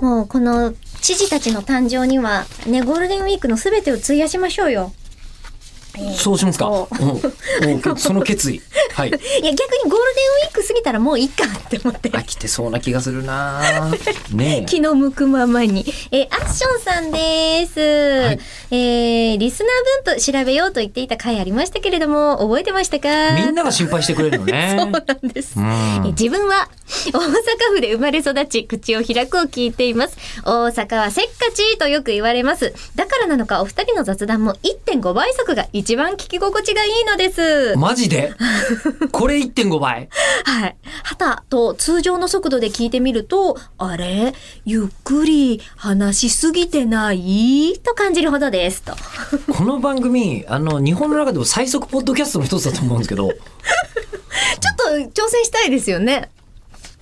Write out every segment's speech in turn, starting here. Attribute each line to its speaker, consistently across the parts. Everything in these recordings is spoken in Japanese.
Speaker 1: もうこの知事たちの誕生にはねゴールデンウィークのすべてを費やしましょうよ。
Speaker 2: そうしますか。
Speaker 1: そ
Speaker 2: お おその決意。はい。
Speaker 1: いや逆にゴールデンウィーク過ぎたらもういいかって思って。
Speaker 2: 飽きてそうな気がするな。 ねえ。
Speaker 1: 気の向くままに。えーアッションさんです。
Speaker 2: い
Speaker 1: えーリスナー分布調べようと言っていた回ありましたけれども、覚えてましたか
Speaker 2: みんなが心配してくれるのね。
Speaker 1: そうなんです。
Speaker 2: うん
Speaker 1: え自分は 大阪府で生まれ育ち、口を開くを聞いています。大阪はせっかちとよく言われます。だからなのかお二人の雑談も1.5倍速が一番聞き心地がいいのです。
Speaker 2: マ ジでこれ1.5倍
Speaker 1: はい。はたと通常の速度で聞いてみると、あれゆっくり話しすぎてないと感じるほどです。と。
Speaker 2: この番組あの日本の中でも最速ポッドキャストの一つだと思うんですけど
Speaker 1: ちょっと挑戦したいですよね。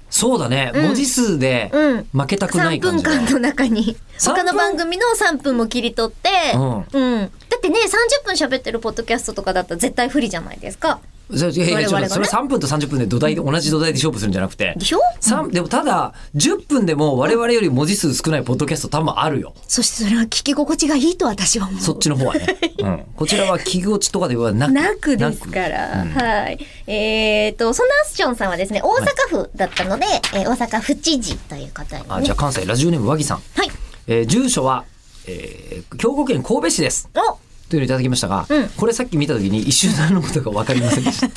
Speaker 2: そうだね、
Speaker 1: ん
Speaker 2: 文字数で
Speaker 1: うん
Speaker 2: 負けたくな
Speaker 1: 3
Speaker 2: い感
Speaker 1: 分
Speaker 2: じ、
Speaker 1: 間の中に
Speaker 2: 3
Speaker 1: 他の番組の3分も切り取って、
Speaker 2: う
Speaker 1: うんだってね30分喋ってるポッドキャストとかだったら絶対不利じゃないですか。
Speaker 2: それいやい
Speaker 1: 我
Speaker 2: や
Speaker 1: 々
Speaker 2: ちょっ
Speaker 1: がね
Speaker 2: とそれ3分と30分で土台で同じ土台で勝負するんじゃなくて
Speaker 1: でしょ
Speaker 2: 三でもただ10分でも我々より文字数少ないポッドキャスト多分あるよ
Speaker 1: そしてそれは聞き心地がいいと私は思う。
Speaker 2: そっちの 方はね、うん、こちらは企業地とかではなく
Speaker 1: なくですから。はい。えっ、と、そんなアッションさんはですね、大阪府だったので、えー大阪府知事ということに、ね。
Speaker 2: あじゃあ関西ラジオネーム和木さん、
Speaker 1: はい。
Speaker 2: えー住所は、えー兵庫県神戸市です
Speaker 1: お
Speaker 2: というのをいただきましたが、
Speaker 1: うん
Speaker 2: これさっき見た時に一瞬何のことか分かりませんでした。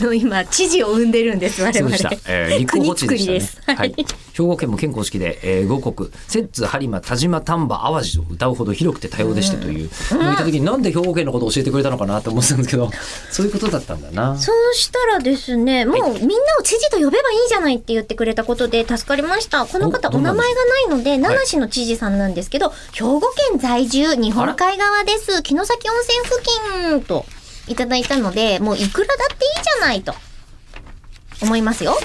Speaker 1: あの、今、知事を生んでるんです、我
Speaker 2: そう
Speaker 1: 々。
Speaker 2: でした。 えー、日光墓地で
Speaker 1: 国
Speaker 2: し
Speaker 1: 作
Speaker 2: た
Speaker 1: り
Speaker 2: ね。はい。兵庫県も県公式で、えー、五国、摂津、播磨、田島、丹波、淡路と歌うほど広くて多様でしたという、のを見た時になんで兵庫県のことを教えてくれたのかなと思ってたんですけど、 そういうことだったんだな。
Speaker 1: そうしたらですね、もうみんなを知事と呼べばいいじゃないって言ってくれたことで助かりました。この方
Speaker 2: おど
Speaker 1: お
Speaker 2: んな
Speaker 1: 名
Speaker 2: んです
Speaker 1: 前がないので、奈良市の知事さんなんですけど、兵庫県在住、日本海側です。城崎温泉付近といただいたので、もういくらだっていいじゃないと思いますよ。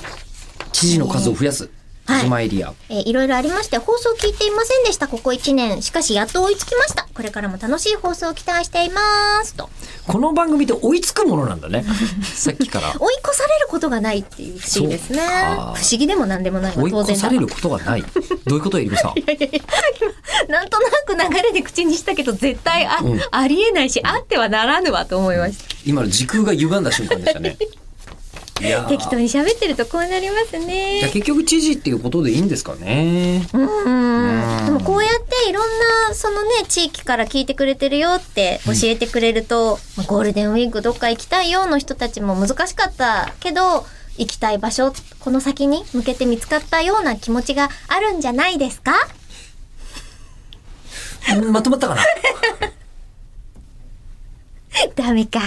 Speaker 2: 知事の数を増やす。
Speaker 1: はい
Speaker 2: 田島エリア。
Speaker 1: えーいろいろありまして、放送聞いていませんでした、ここ1年。しかし、やっと追いつきました。これからも楽しい放送を期待しています。と。
Speaker 2: この番組って追いつくものな んだね。さっきから。
Speaker 1: 追い越されることがないっていう不思議ですね。
Speaker 2: そう
Speaker 1: 不
Speaker 2: か
Speaker 1: 思議でも何でもない
Speaker 2: 追
Speaker 1: わ、
Speaker 2: い
Speaker 1: 当
Speaker 2: 越
Speaker 1: 然
Speaker 2: さ
Speaker 1: だ
Speaker 2: れ。ることがない。どういうことエリコさん。
Speaker 1: なんとなく流れで口にしたけど、絶対あ、
Speaker 2: うん
Speaker 1: ありえないし、あってはならぬわと思いました。
Speaker 2: 今の時空が歪んだ瞬間でした ね。いやー
Speaker 1: 適当に喋ってるとこうなります
Speaker 2: じゃあ
Speaker 1: ね。
Speaker 2: 結局知事っていうことでいいんですかね。
Speaker 1: うん。
Speaker 2: うん
Speaker 1: でもこうやっていろんな、そのね、地域から聞いてくれてるよって教えてくれると、まあゴールデンウィークどっか行きたいよの人たちも難しかったけど、行きたい場所、この先に向けて見つかったような気持ちがあるんじゃないですか
Speaker 2: まとまったかな。
Speaker 1: ダメか。